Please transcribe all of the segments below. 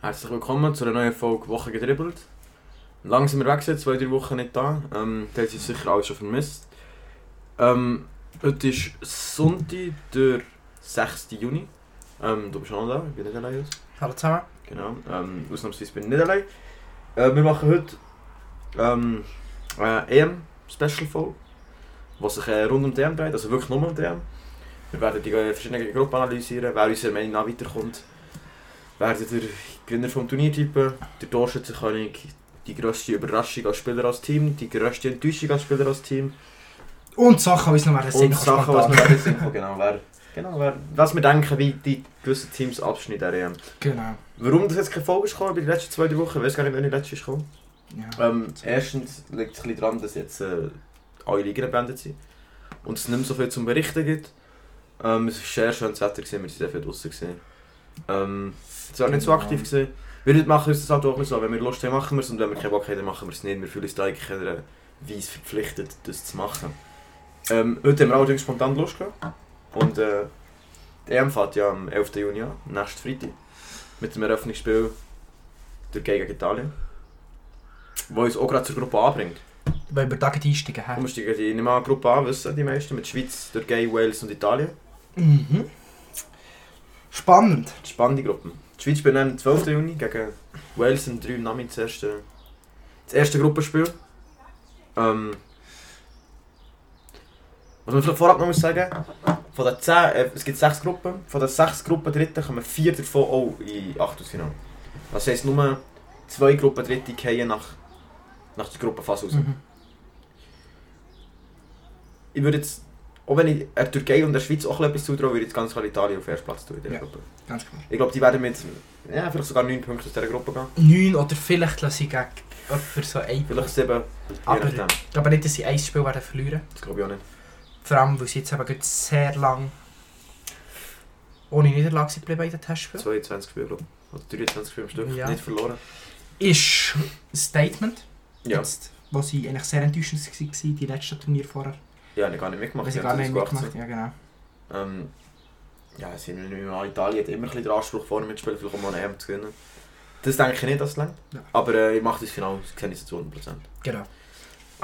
Herzlich willkommen zu einer neuen Folge Woche gedribbelt. Lang sind wir weg, gewesen, zwei, drei Wochen nicht da. Ähm, da haben sie sicher alle schon vermisst. Ähm, heute ist Sonntag, der 6. Juni. Ähm, du bist auch noch da, ich bin nicht allein. Jus. Hallo zusammen. Genau, ähm, ausnahmsweise bin ich nicht allein. Äh, wir machen heute ähm, äh, EM-Special-Folge, was sich äh, rund um die EM dreht, also wirklich nur um die EM. Wir werden die äh, verschiedenen Gruppen analysieren, wer unserer Meinung nach weiterkommt, werden der Gewinner vom Turnier tippen, der Torschützenkönig, die grösste Überraschung als Spieler als Team, die grösste Enttäuschung als Spieler als Team Und Sachen, wie es noch wäre, und Sachen, was wir werden sehen. Genau, wer, genau wer, was wir denken, wie die gewissen Teams abschneiden an der EM. Genau. Warum das jetzt keine Folge ist gekommen bei den letzten zwei, drei Wochen, weiß gar nicht, wann die letzte ist gekommen. Ja. Ähm, erstens liegt es ein bisschen daran, dass jetzt äh, alle Ligen geblendet sind und es nicht mehr so viel zum Berichten gibt. Ähm, es war sehr schönes Wetter, gewesen, wir waren sehr viel draußen. gewesen. Ähm, es war nicht so Genau. aktiv. Gewesen. Wir machen uns das halt auch ein bisschen so, wenn wir Lust haben, machen wir es und wenn wir keinen Bock haben, dann machen wir es nicht. Wir fühlen uns da eigentlich keiner Weise verpflichtet, das zu machen. Ähm, heute haben wir allerdings spontan Lust gehabt und äh, die EM fährt ja am 11. Juni an, nächsten Freitag, mit dem Eröffnungsspiel Türkei gegen Italien, wo uns auch gerade zur Gruppe A bringt. Weil wir da gleich einsteigen. hä? Du musst die, die, mal Gruppe A wissen, die meisten, mit Schweiz, Türkei, Wales und Italien. Mhm. Spannend. Die spannende Gruppen. Die Schweiz spielt dann am 12. Juni gegen Wales und 3 am Nachmittag das erste, das erste Gruppenspiel. Ähm, was man vielleicht vorab noch muss sagen, von den 10, äh, es gibt 6 Gruppen, von den 6 Gruppen Dritten kommen 4 davon auch in Achtelfinale. Das heisst, nur 2 Gruppen Dritte gehen nach, nach der Gruppenphase raus. Mhm. Ich würde jetzt, auch wenn ich der Türkei und der Schweiz auch ein bisschen etwas zutraue, würde ich jetzt ganz klar Italien auf den ersten Platz tun in dieser Ja. Gruppe. Ganz genau. klar. Ich glaube, die werden mit ja, vielleicht sogar 9 Punkten aus dieser Gruppe gehen. Neun oder vielleicht lasse ich gegen jemanden so ein. Vielleicht 7. Aber- Je nachdem. Aber nicht, dass sie ein Spiel werden verlieren. Das glaube ich auch nicht. Vor allem, weil sie jetzt eben gerade sehr lang ohne Niederlage sind geblieben in den Testspielen. 22 Spiele, glaube ich. Oder 23 Spiele am Stück. Ja. Nicht verloren. Ist ein Statement. Ja. Jetzt, wo sie eigentlich sehr enttäuschend waren, die letzten Turnier vorher. Ja, ich habe gar nicht Weil mitgemacht. sie Ich gar habe nicht 2018. mitgemacht haben. Ja, genau. Ähm, ja, es sind wir nicht mehr an. Italien hat immer ein bisschen den Anspruch, vorne mitzuspielen, vielleicht auch mal eine EM zu gewinnen. Das denke ich nicht, dass es reicht. Ja. Aber äh, ich mache das Finale, das kenne ich zu 100%. Genau. Und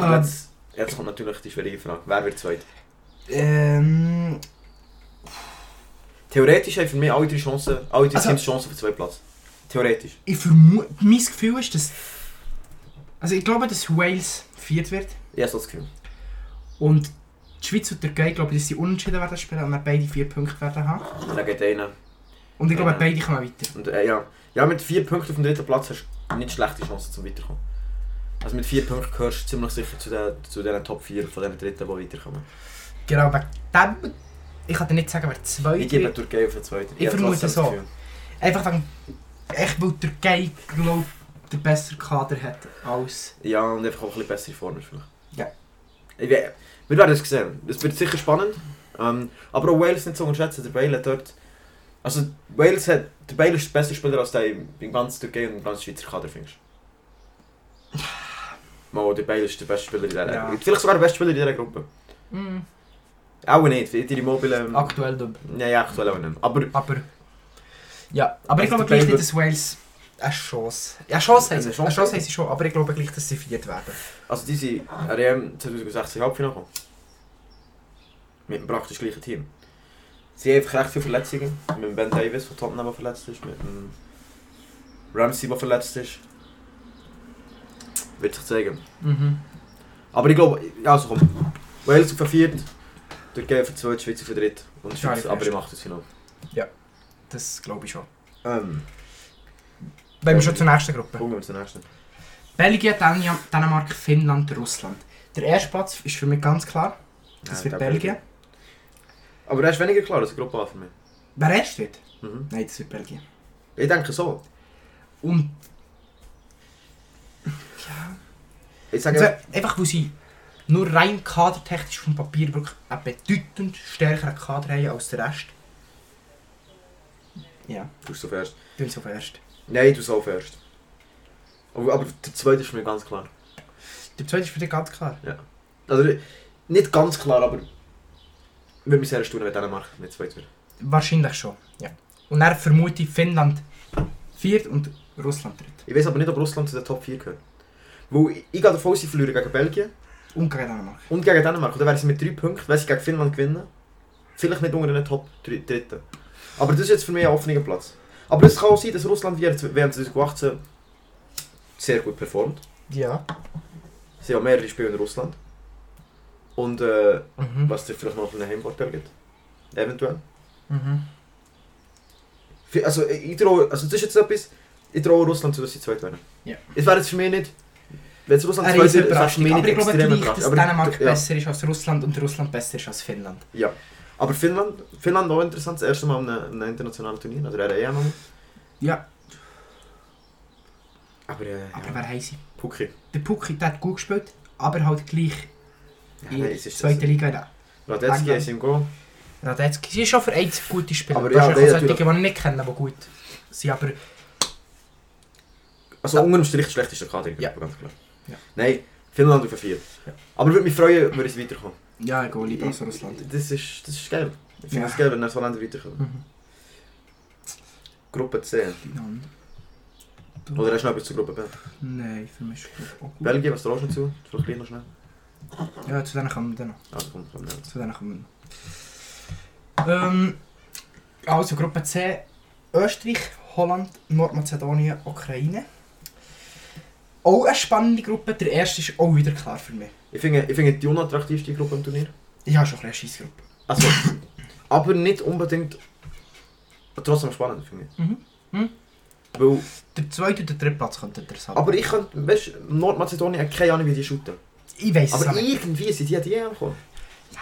Ähm, jetzt, jetzt kommt natürlich die schwierige Frage. Wer wird zweit? Ähm, Theoretisch haben für mich alle drei Chancen, alle drei Also- Teams Chancen auf zwei Platz. Theoretisch. ich vermute, mein Gefühl ist, dass. Also ich glaube, dass dus Wales viert wird. Ich habe so das Gefühl. Und die Schweiz und die Türkei, glaube ich, dass sie unentschieden werden spielen und dann beide vier Punkte werden haben. Und dann geht einer. Und ich glaube, Ja. beide kommen weiter. Und, äh, ja. ja, mit vier Punkten auf dem dritten Platz hast du nicht schlechte Chancen zum Weiterkommen. Also mit vier Punkten gehörst du ziemlich sicher zu den, zu den Top 4 von den dritten, die weiterkommen. Genau, wegen dem. Ich kann dir nicht sagen, wer Ich zweit gebe wird. Türkei auf den zweiten. Ich habe vermute trotzdem das so. Gefühl. Einfach wegen. Echt, weil die Türkei, glaube ich, den besseren Kader hat als. Ja, und einfach auch ein bisschen bessere Form ist vielleicht. Ja. Ich, we- wir werden es sehen. Es wird sicher spannend. Ähm, aber auch Wales nicht zu unterschätzen. Der Bale hat dort... Also Wales hat... Der Bale ist der beste Spieler, als du im im ganzen Türkei und im ganzen Schweizer Kader findest. Mal, der Bale ist der beste Spieler in dieser... Ja. Vielleicht sogar der beste Spieler in dieser Gruppe. Mm. Auch nicht, die die Mobile. Aktuell dumm. Ja, ja, aktuell auch nicht. Aber Aber. Ja, aber ich Also glaube die gleich beiden- nicht, dass Wales. Eine Chance. Ja, Eine Chance haben sie. Eine Eine Chance Chance haben sie schon, aber ich glaube gleich, dass sie viert werden. also die sind an der EM 2016 Halbfinale gekommen. Mit dem praktisch gleichen Team. Sie haben einfach recht viele Verletzungen. Mit dem Ben Davis, der Tottenham der verletzt ist, mit dem Ramsey, der verletzt ist. Wird sich zeigen. Mhm. Aber ich glaube, ja, also komm. Wales auf den vierten, Türkei auf den zweiten, Schweiz auf den dritten. Und die Ja, Schweiz, ich aber ich verstehe. mache das Finale. Das glaube ich schon. Ähm, Wenn wir schon zur nächsten Gruppe. gucken wir zum nächsten. Belgien, Dänia- Dänemark, Finnland, Russland. Der erste Platz ist für mich ganz klar. Das Ja, wird der Belgien. Aber da ist weniger klar als die Gruppe A für mich. Wer erst wird? Mhm. Nein, das wird Belgien. Ich denke so. Und Ich sage also, einfach, weil sie nur rein kadertechnisch vom Papier wirklich einen bedeutend stärkeren Kader haben als der Rest. Ja, Du bist so fährst. bin so erst. Nein, du so fährst. Aber, aber der zweite ist mir ganz klar. Der zweite ist für dich ganz klar. Also nicht ganz klar, aber würde mich sehr erstaunen, wenn Dänemark nicht zweit wird. Wahrscheinlich schon, ja. Und dann vermute ich Finnland viert und Russland tritt. Ich weiß aber nicht, ob Russland zu den Top 4 gehört. Weil ich, ich gehe davon aus, sie verlieren gegen Belgien Und gegen Dänemark. und gegen Dänemark. Und dann wären sie mit 3 Punkten, wenn sie gegen Finnland gewinnen. Vielleicht nicht unter den Top 3 Dritten. Aber das ist jetzt für mich ein offener Platz. Aber es kann auch sein, dass Russland während während 2018 sehr gut performt. Ja. Sie haben mehrere Spiele in Russland. Und äh, Mhm. was dir vielleicht noch einen Heimvorteil gibt. Eventuell. Mhm. Fi- Also, eh, ich ich traue, also das ist jetzt etwas, ich traue Russland zu, dass sie zweit werden. Ja. Es wäre jetzt für mich nicht, wenn es Russland Eine zweit riesige wird, wäre es für Überraschung. mich Aber nicht ich glaube extrem gleich, überraschend. dass Aber- Dänemark ja. besser ist als Russland und Russland besser ist als Finnland. Aber Finnland, Finnland auch interessant, das erste Mal an einem, an einem internationalen Turnier, also der EM. einmal. Ja. Aber äh, ja, Aber wer heisst sie? Pucki. Der Pucki der hat gut gespielt, aber halt gleich Ja, in nein, der es ist zweiten Liga. in der- Radetzky England. ist im Goal. Radetzky sie ist schon für ein gute Spieler. Aber Da ja, ist der auch solche, natürlich- die ich nicht kenne, die gut sind. Aber Also Ja. unterm Strich schlecht ist der Kader, Ja. ganz klar. Ja. Nein, Finnland auf 4. Ja. Aber würde mich freuen, würde es weiterkommen. ja, ich gehe lieber als Russland. Das ist, das ist geil. Ich finde Ja. es geil, wenn er so Länder weiterkommt. Mhm. Gruppe C. Oder hast du noch etwas zur Gruppe B? Nein, für mich ist es auch gut. Belgien, was traust du dazu? Vielleicht gleich noch schnell. Ja, zu denen kommen wir dann noch. Also komm, komm, ja. Zu denen kommen wir noch. Ähm, also Gruppe C. Österreich, Holland, Nordmazedonien, Ukraine. Auch eine spannende Gruppe. Der erste ist auch wieder klar für mich. Ich finde, ich finde die unattraktivste Gruppe im Turnier. Ich habe schon eine scheisse Gruppe. Also, aber nicht unbedingt. Trotzdem spannend für mich. Mhm. Mhm. Weil, Der zweite und der dritte Platz könnte interessant aber ich könnte, weißt du, Nordmazedonien hat keine Ahnung, wie die shooten. ich weiß es Aber nicht. irgendwie sind die an die EM gekommen.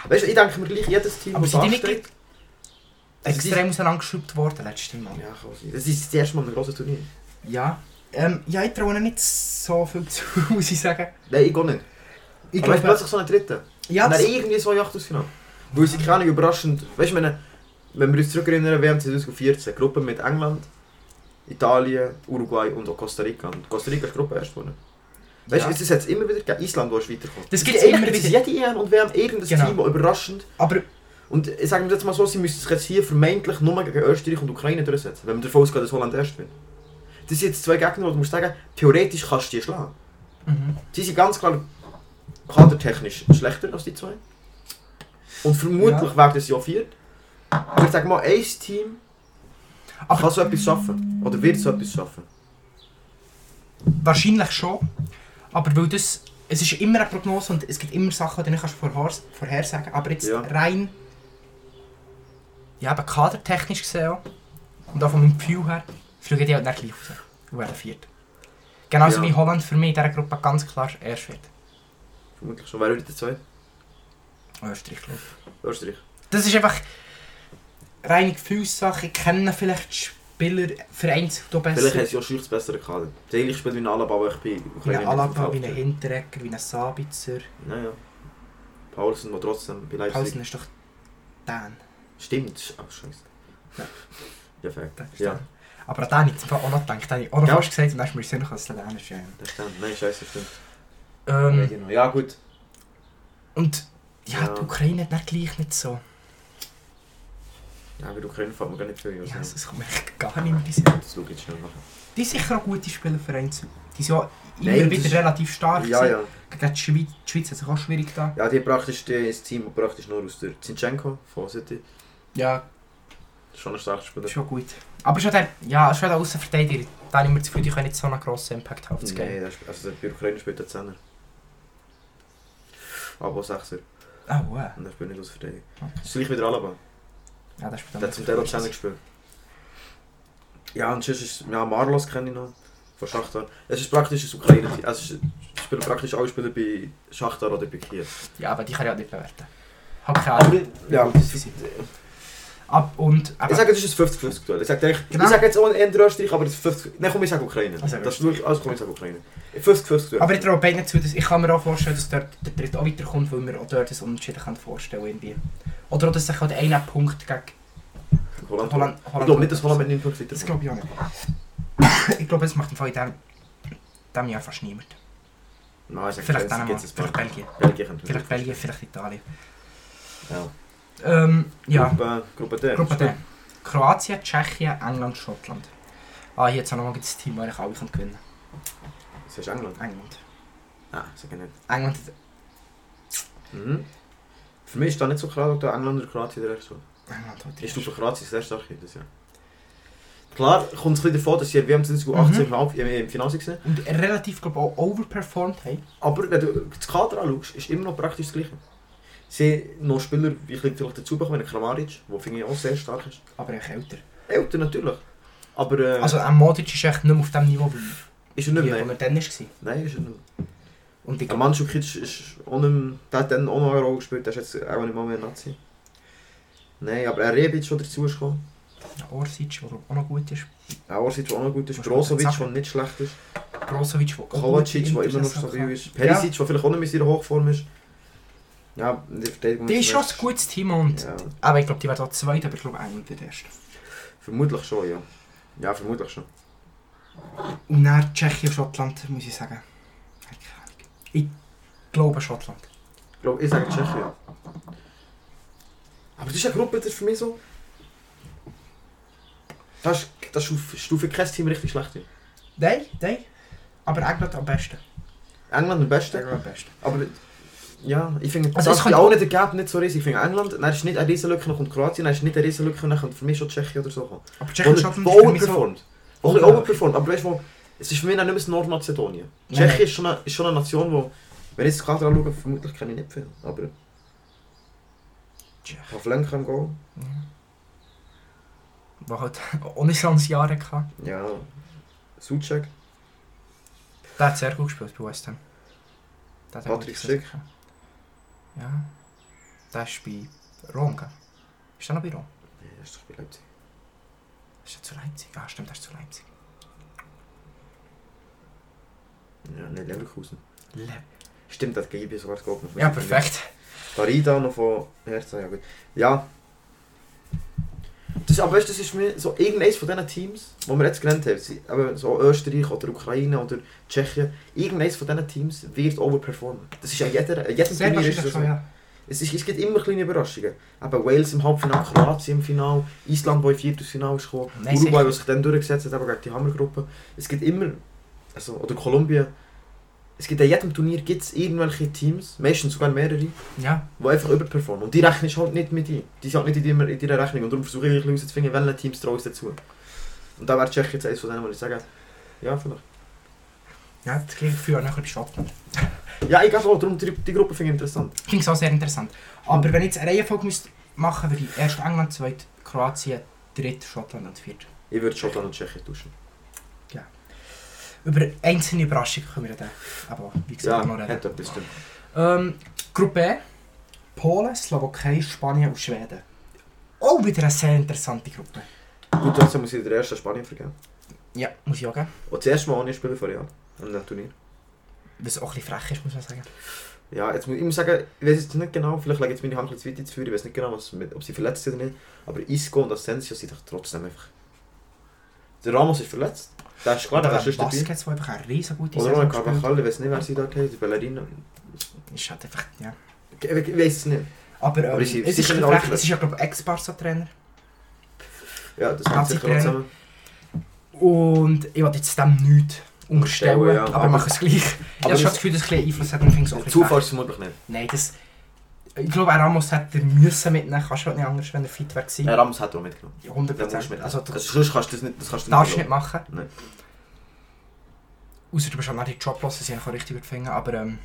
Weißt du, ich denke mir gleich, jedes Team Aber muss sind die nicht anstrengen. extrem auseinandergeschraubt worden letztes Mal? Ja, kann sein. Das ist das erste Mal ein grosses Turnier. Ja. Ähm, ja, ich traue ihnen nicht so viel zu, muss ich sagen. Nein, ich gehe nicht. Ich aber ich glaube, plötzlich so einen dritten. ja, dus- dann das, irgendwie so ein Achtelfinale. Weil sie keine Ahnung, überraschend. Weißt du, wenn, wenn wir uns zurückerinnern, WM 2014, Gruppe mit England, Italien, Uruguay und auch Costa Rica. Und Costa Rica ist Gruppe erst gewonnen. Weißt du, ja. es hat es immer wieder gegeben. Island, wo ist weitergekommen. Das gibt's immer wieder. wieder. Jede EM und WM irgendein Genau. Team, das überraschend. aber Und ich sage mir jetzt mal so, sie müssen sich jetzt hier vermeintlich nur gegen Österreich und Ukraine durchsetzen, wenn man davon ausgeht, dass Holland erst wird. Das sind jetzt zwei Gegner, wo du musst sagen, theoretisch kannst du die schlagen. Mhm. Sie sind ganz klar kadertechnisch schlechter als die zwei. Und vermutlich werden sie auch viert. Aber ich sage mal, ein Team Aber- kann so etwas schaffen. Oder wird so etwas schaffen. Wahrscheinlich schon. Aber weil das. Es ist immer eine Prognose und es gibt immer Sachen, die du nicht kannst vorher- vorhersagen kannst. Aber jetzt Ja. rein. Ja, aber kadertechnisch gesehen auch, und auch von meinem Gefühl her, fliegen die halt nicht gleich raus und werden viert. Genauso Ja. wie Holland für mich in dieser Gruppe ganz klar erst wird. Vermutlich schon. Wer wird die zwei? Österreich, glaube ich. Österreich. Das ist einfach reine Gefühlssache. Ich kenne vielleicht die Spieler vereinzelt auch besser. Vielleicht haben sie auch schüchtern bessere Kader. Sie eigentlich spielen wie ein Alaba, aber ich bin wie ein Alaba, wie nicht ein verfolgt. Hinteregger, wie ein Sabitzer. Naja. Paulsen, der trotzdem bei Leipzig... Paulsen ist doch Dan. Stimmt. Ach, scheiße. Ja. Ja, fair. Dat is Ja. dan- Aber an den hätte ich jetzt auch noch gedacht. Den habe ich auch noch Ja. fast gesagt und dann ist mir Sinn gekommen, dass es Dänisch ist. Das stimmt. Nein, scheiße, stimmt. genau. Ähm, Ja, gut. und ja, Ja. die Ukraine hat dann gleich nicht so. Ja, bei der Ukraine fällt mir gar nicht viel. Ja, Also. das kommt mir echt gar nicht mehr in den Sinn. Das schaue ich jetzt schnell nach. Die sind sicher auch gute Spieler für einzeln. Die sind ja immer Nein, das wieder ist- relativ stark. Ja, gewesen. ja. Gegen die Schweiz, die Schweiz hat sich auch schwierig getan. Ja, die haben praktisch die ist das Team, das praktisch nur aus der Zinchenko von City. Ja, Das ist schon ein starkes Spieler. schon gut. Aber schon der, ja, schon der Außenverteidiger, da habe ich mir das Gefühl, die können nicht so einen grossen Impact haben auf das Game. Nein, der sp- also der Ukraine spielt der Zehner. Aber auch Sechser. Ah, wow. Und er spielt nicht aus Verteidigung. Okay. Das ist gleich wieder Alaba. Ja, das spielt Der hat zum Teil auch Zehner gespielt. Ja, und sonst ist ja, Marlos kenne ich noch. Von Schachtar. Es ist praktisch das Ukraine-Team. Also es es spielen praktisch oh, alle Spieler bei Schachtar oder bei Kiew. Ja, aber die kann ich auch nicht bewerten. Hab keine Ahnung. Aber ja, das ist, Ab und... aber- Ich sage, das ist ein 50-50-Duell. Ich sage, echt, Genau. ich sage jetzt auch eher Österreich, aber das ist 50... Nein, komm, ich sage Ukraine. Also das ist wirklich... Also komm, ich sage Ukraine. 50-50-Duell. Aber ich traue beiden zu, dass ich kann mir auch vorstellen, dass dort der dritte auch weiterkommt, weil wir auch dort ein Unentschieden können vorstellen irgendwie. Oder auch, dass sich halt einer Punkt gegen Holland. Holland... Ich glaube nicht, dass Holland mit 9 Punkten Das weiterkommt. glaube ich auch nicht. ich glaube, das macht im Fall in diesem diesem Jahr fast niemand. Nein, ich sage Vielleicht Schweiz, Dänemark, gibt's ein vielleicht paar. Belgien, Belgien könnte vielleicht weiterkommen. Belgien, vielleicht Italien. Ja. eh, Ähm, ja, Gruppe, Gruppe D. Gruppe D. Kroatien, Tschechien, England, Schottland. Ah, hier hat es auch noch mal das Team, das ich alle kann gewinnen Das ist England. kann. England. Ah, sag ich nicht. England hat... Mhm. Für mich ist das nicht so klar, ob da England oder Kroatien direkt so. England hat Ich stufe Kroatien sehr stark in das Jahr. Klar kommt es ein bisschen davon, dass sie WM 2018 mhm. im Finale waren. Und relativ, glaube ich, auch overperformed haben. Aber wenn du das Kader anschaust, ist immer noch praktisch das Gleiche. Sie haben noch Spieler, wie ich vielleicht dazu bekomme, Kramaric, der finde ich auch sehr stark ist. Aber echt älter. Älter natürlich. Aber äh, Also, ein Modric ist echt nicht mehr auf dem Niveau, wie ist er nicht wie mehr? er Nein, dann war. nein ist er nicht mehr. Und ich Der Mandzukic ist, ist auch nicht mehr, der hat dann auch noch eine Rolle gespielt, der ist jetzt auch nicht mal mehr Nazi. Nein, aber ein Rebic, der dazu ist gekommen. Orsic, der auch noch gut ist. Ein Orsic, der auch noch gut ist. Was macht der Brozovic, Zacher? der nicht schlecht ist. Brozovic, der auch Kovacic, gute der immer noch Interception stabil hat. ist. Perisic, der vielleicht auch noch in seiner Hochform ist. Ja, die Verteidigung Die ist schlecht. schon ein gutes Team und... Ja, Aber ich glaube, die werden auch zweit, aber ich glaube, England wird erst. vermutlich schon, ja. Ja, vermutlich schon. Und nach Tschechien, Schottland, muss ich sagen. Keine Ahnung. Ich glaube Schottland. Ich glaube, ich sage Tschechien. Aber das ist eine Gruppe, das ist für mich so. Das ist, das ist auf Stufe kein Team richtig schlecht. in. Nein, nein. Aber England am besten. England am besten. England am besten. Aber Ah, ja, ich finde, Also das es ist bei könnte- allen der Gap nicht so riesig. Ich finde England, dann ist nicht eine Riesenlücke, dann kommt Kroatien, dann ist nicht eine Riesenlücke, dann könnte für mich schon Tschechien oder so kommen. Aber Wo Tschechien, nicht Schottland ist für mich so... overperformed. Wo nicht overperformed, aber weißt du, wo- es ist für mich dann nicht mehr das Nordmazedonien. Nein, Tschechien nein. ist schon eine, ist schon eine Nation, wo, wenn ich jetzt das Kader anschaue, vermutlich kenne ich nicht viel. Aber Tschech. Pavlenka im Goal. Die halt ohne Sans Jahre hatte. Ja. Suchek. Der hat sehr gut gespielt bei West Ham. Der hat eine Patrick gute Saison gehabt. Ja. Der ist bei Rom, gell? Ist der noch bei Rom? Ja, ist doch bei Leipzig. Ist er zu Leipzig? Ja, stimmt, der ist zu Leipzig. Ja, nicht Leverkusen. Le Stimmt, das gebe ich sogar das Gold noch. ja, perfekt. Farida noch von Herzen, ja gut. Ja. Das, aber weißt du, das ist mir so irgendeines von diesen Teams, die wir jetzt genannt haben, sie- eben so Österreich oder Ukraine oder Tschechien, irgendeines von diesen Teams wird overperformen. Das ist ja jeder, jeder Sehr wahrscheinlich das schon, so. ja. Es, ist, es gibt immer kleine Überraschungen. Eben Wales im Halbfinale, Kroatien im Finale, Island, wo im Viertelfinale ist gekommen, Nein, Uruguay, sicher. was sich dann durchgesetzt hat, aber gegen die Hammergruppe. Es gibt immer, also, oder Kolumbien, es gibt an jedem Turnier gibt's irgendwelche Teams, meistens sogar mehrere, Ja, die einfach überperformen. Und die rechnen halt nicht mit ein. Die sind halt nicht in deiner, in deiner Rechnung. Und darum versuche ich wirklich herauszufinden, welche Teams trauen es dazu. Und da wäre Tschechien jetzt eines von denen, wo ich sage, ja, vielleicht. ja das gleiche Gefühl auch nachher bei Schottland. Ja, ich gehe auch, darum die, die Gruppe finde ich interessant. Ich finde es auch sehr interessant. Aber wenn ich jetzt eine Reihenfolge müsste machen würde ich erst England, zweit Kroatien, dritt Schottland und viert. Ich würde Schottland und Tschechien tauschen. Über einzelne Überraschungen können wir dann aber wie gesagt Ja, auch noch reden. hat etwas stimmt. Ähm, Gruppe E. Polen, Slowakei, Spanien und Schweden. Auch wieder eine sehr interessante Gruppe. Gut, trotzdem muss ich den ersten Spanien vergeben. Ja, muss ich auch geben. Und das erste Mal ohne Spieler vor Jahren. An einem Turnier. Was auch ein bisschen frech ist, muss man sagen. Ja, jetzt muss ich muss sagen, ich weiß jetzt nicht genau, vielleicht lege ich jetzt meine Hand ein bisschen zu weit ins Feuer, ich weiß nicht genau, was, mit- ob sie verletzt sind oder nicht. Aber Isco und Asensio sind doch trotzdem einfach... Der Ramos ist verletzt. Der ist klar, der Oder ist sonst dabei. Baskets, der einfach eine riesen gute Oder auch ein Saison gespielt Carvajal, ich weiß nicht, wer sie da haben, die Ballerina. hat. Ist halt einfach, ja. Ich, ich, ich weiß es nicht. Aber, ähm, Aber sie- es sie ist können ein auch bisschen frech. verletzt. Es ist ja, glaube ich, Ex-Barca-Trainer. Ja, das Nazi hängt sicher auch Trainer. zusammen. Und ich will jetzt dem nichts unterstellen, Unterstellen, ja. aber Aber- mache es gleich. ich Aber habe schon das- das Gefühl, dass es ein bisschen Einfluss hat und finde es auch ein bisschen Zufall ist es vermutlich nicht. frech. Nein, das... Ich glaube, auch Ramos hätte er müssen mitnehmen, kannst du halt nicht anders, wenn er fit wäre gewesen. Ja, Äh, Ramos hat auch mitgenommen. Ja, Den musst du 100%. mitnehmen. Also, Also, das sonst kannst du das nicht, das kannst du darfst du nicht nicht machen. Nein. Außer du bist halt nicht Job los, dass ich ihn richtig würde finden, aber ähm...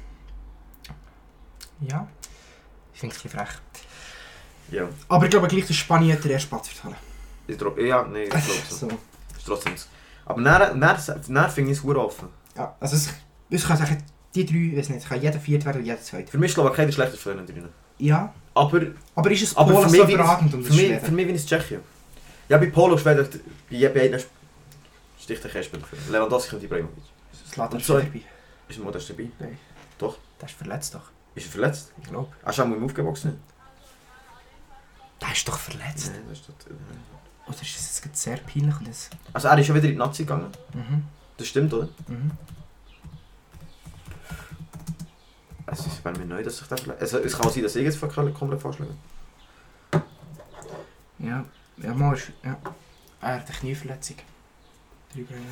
Ja... Ich finde es ein bisschen frech. Ja. Aber ich glaube gleich, dass Spanien den ersten Platz wird holen. Ich glaub- Ja, nein, ich glaube so. So. Ist trotzdem so. Aber dann, dann, dann finde ich es verdammt offen. Ja, also es, es kann sagen, die drei, ich weiß nicht, es kann jeder viert werden, jeder zweit. Für mich ist Slowakei der schlechteste von denen drinnen. Ja, Aber aber ist es Aber Polen für so mich, bin überragend und ich, für, das mich, Schweden? für mich bin ich Tschechien. Ja, bei Polo Schweden, bei beiden sticht der Kerstbild. Lewandowski und Ibrahimovic. Slatan Und ist so- wieder dabei. Ist Modest dabei? Der ist verletzt doch, Ist er verletzt? ich glaube. Hast du auch mal im Aufgebox nicht? Der ist doch verletzt. Nein, das ist dort- Oder ist es jetzt sehr peinlich und das... Also er ist schon wieder in die Nazi gegangen. Mhm, Das stimmt, oder? mhm. Es ist bei mir neu, dass ich da verletzt. Also, es kann auch sein, dass ich jetzt verkehrt komplett vorschlage. Ja, ja, mal ist... Ja. Ah, er hat eine Knieverletzung. Drei Brainage.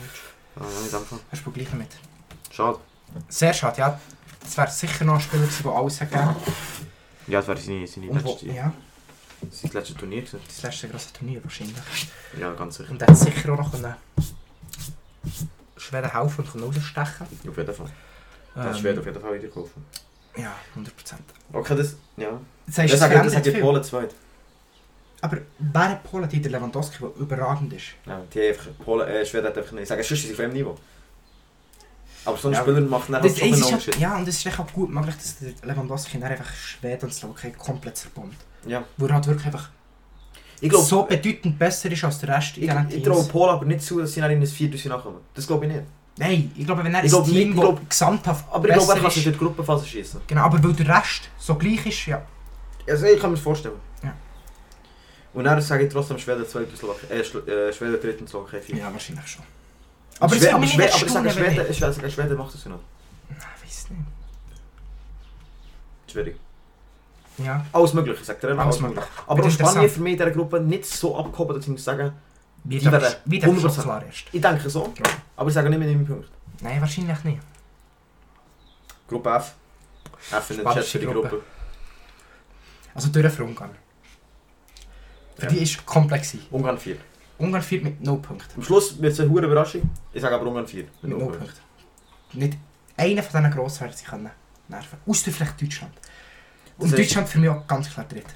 Ah, nein, in dem Fall. Hast du gleich mit. Schade. Sehr schade, ja. Das wäre sicher noch ein Spieler gewesen, der alles hat gegeben. Ja, das wäre seine, seine Und wo, letzte, ja, sein letztes Turnier gewesen. das letzte grosse Turnier wahrscheinlich. Ja, ganz sicher. Und er hat sicher auch noch können Schweden helfen und können rausstechen. Auf jeden Fall. Ähm, Das ist Schweden auf jeden Fall wieder gekauft. Ja, 100%. Okay, das... Ja. Jetzt hast Das du sagt das hat die viel. Polen zweit. Aber wer hat Polen hinter Lewandowski, der überragend ist? Ja, die haben einfach... Polen... Äh, Schweden hat einfach nicht... Ich sage, sonst sind sie auf einem Niveau. Aber so ein Ja. Spieler macht dann Das halt ist schon einen ja, Unterschied. ja, und es ist echt auch gut möglich, dass der Lewandowski dann einfach Schweden und Slowakei komplett zerbombt. Ja. Wo er halt wirklich einfach Ich glaube... so bedeutend besser ist als der Rest in ich, diesen ich Teams. traue Polen aber nicht zu, dass sie dann in das Viertelfinale nachkommen. Das glaube ich nicht. Nein, ich glaube, wenn Ich er ein glaube Team, nicht, ich das glaube- gesamthaft Aber ich glaube, er besser kann sich ist... durch die Gruppenphase schießen. Genau, aber weil der Rest so gleich ist, ja. Also ich kann mir das vorstellen. Ja. Und dann sage ich trotzdem Schweden 2. Slowakei... Äh, Schlo- äh, Schweden 3. Slowakei 4. Ja, wahrscheinlich schon. Aber Aber es Schweden, würde aber mich nicht Schweden, aber ich sage, erstaunen, wenn... Schweden, ich sage, Schweden macht das ja noch. Ich weiß nicht. Schwierig. Ja, Alles möglich, ich sage dir. alles möglich. Aber auch Wird Spanien interessant. für mich in dieser Gruppe nicht so abgehoben, dass ich muss sagen, Wie Die der- werden wie der 100%. Klar ist. ich denke so, Ja. aber ich sage nicht mit einem Punkt. Nein, wahrscheinlich nicht. Gruppe F. F in den Chat Spanische für die Gruppe. Gruppe. Also durch den Ungarn. Für Ja. die ist komplex. gewesen. Ungarn 4. Ungarn führt mit 0 Punkten. Am Schluss wird es eine hohe Überraschung. Ich sage aber Ungarn 4. Mit 0 Punkten. Nicht einer von diesen Grossen werden sie können nerven. Außer vielleicht Deutschland. Und Das ist- Deutschland für mich auch ganz klar dritt.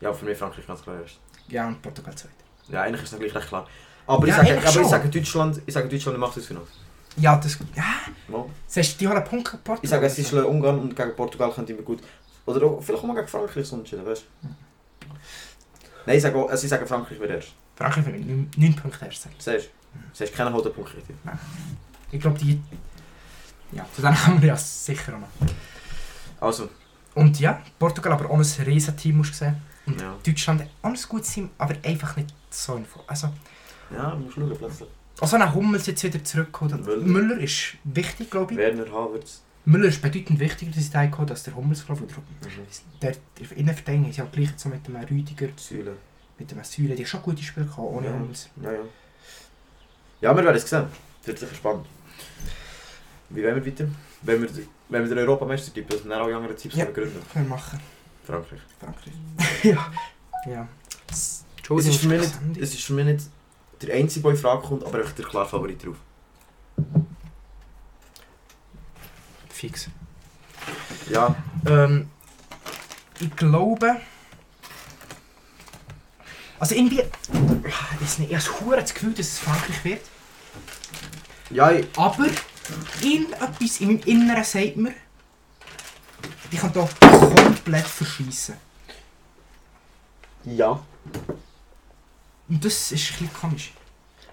Ja, für mich Frankreich ganz klar erst. Ja, und Portugal zweit. Ja, eigentlich ist es gleich recht klar. Aber, Ja, ich, sage, eigentlich aber ich schon. sage Deutschland, ich sage Deutschland macht es Finale. Ja, das... Ja, Mal. sagst du, die haben einen Punkt Portugal? Also, Ich sage, es ist Ungarn und gegen Portugal könnte immer gut. Oder auch, vielleicht auch mal gegen Frankreich so entschieden, weißt du? Nein, ich sage, auch- also ich sage Frankreich wird erst. Frankreich wird mit 9 Punkten erst. Siehst du? Siehst du keinen halben Punkt richtig. Ich glaube, die... Ja, zu denen haben wir ja sicher auch noch. Also, Und ja, Portugal aber auch ein Riesenteam, musst du sehen. Und Ja. Deutschland auch ein gutes Team, aber einfach nicht so in Form. Also, ja, musst schauen plötzlich. also ein Hummels jetzt wieder zurückgeholt. hat. Müller. Müller ist wichtig, glaube ich. Werner Havertz. Müller ist bedeutend wichtiger, dass ich den geholt habe, als der Hummels, glaube ich. Der der Innenverteidigung ist ja gleich so mit dem Rüdiger, Säule. mit dem Säule, die haben schon gute Spiele gehabt, ohne Ja. Hummels. Ja, ja. Ja, wir werden es sehen. Das wird sicher spannend. Wie wollen wir weiter? Wenn wir, wenn wir den Europameister tippen, dass wir dann alle anderen Tipps Ja. ja. begründen. Können wir machen. Frankreich. Frankreich. ja. Ja. Es ist, für mich nicht, Sendung. es ist für mich nicht der einzige, der in Frage kommt, aber einfach der klare Favorit drauf. Fix. Ja, Ähm, ich glaube. Also irgendwie. Ich weiß nicht, ich habe das hure das Gefühl, dass es Frankreich wird. ja, ich, Aber irgendetwas in meinem Inneren sagt mir, die kann hier komplett verschießen. ja. Und das ist ein bisschen komisch.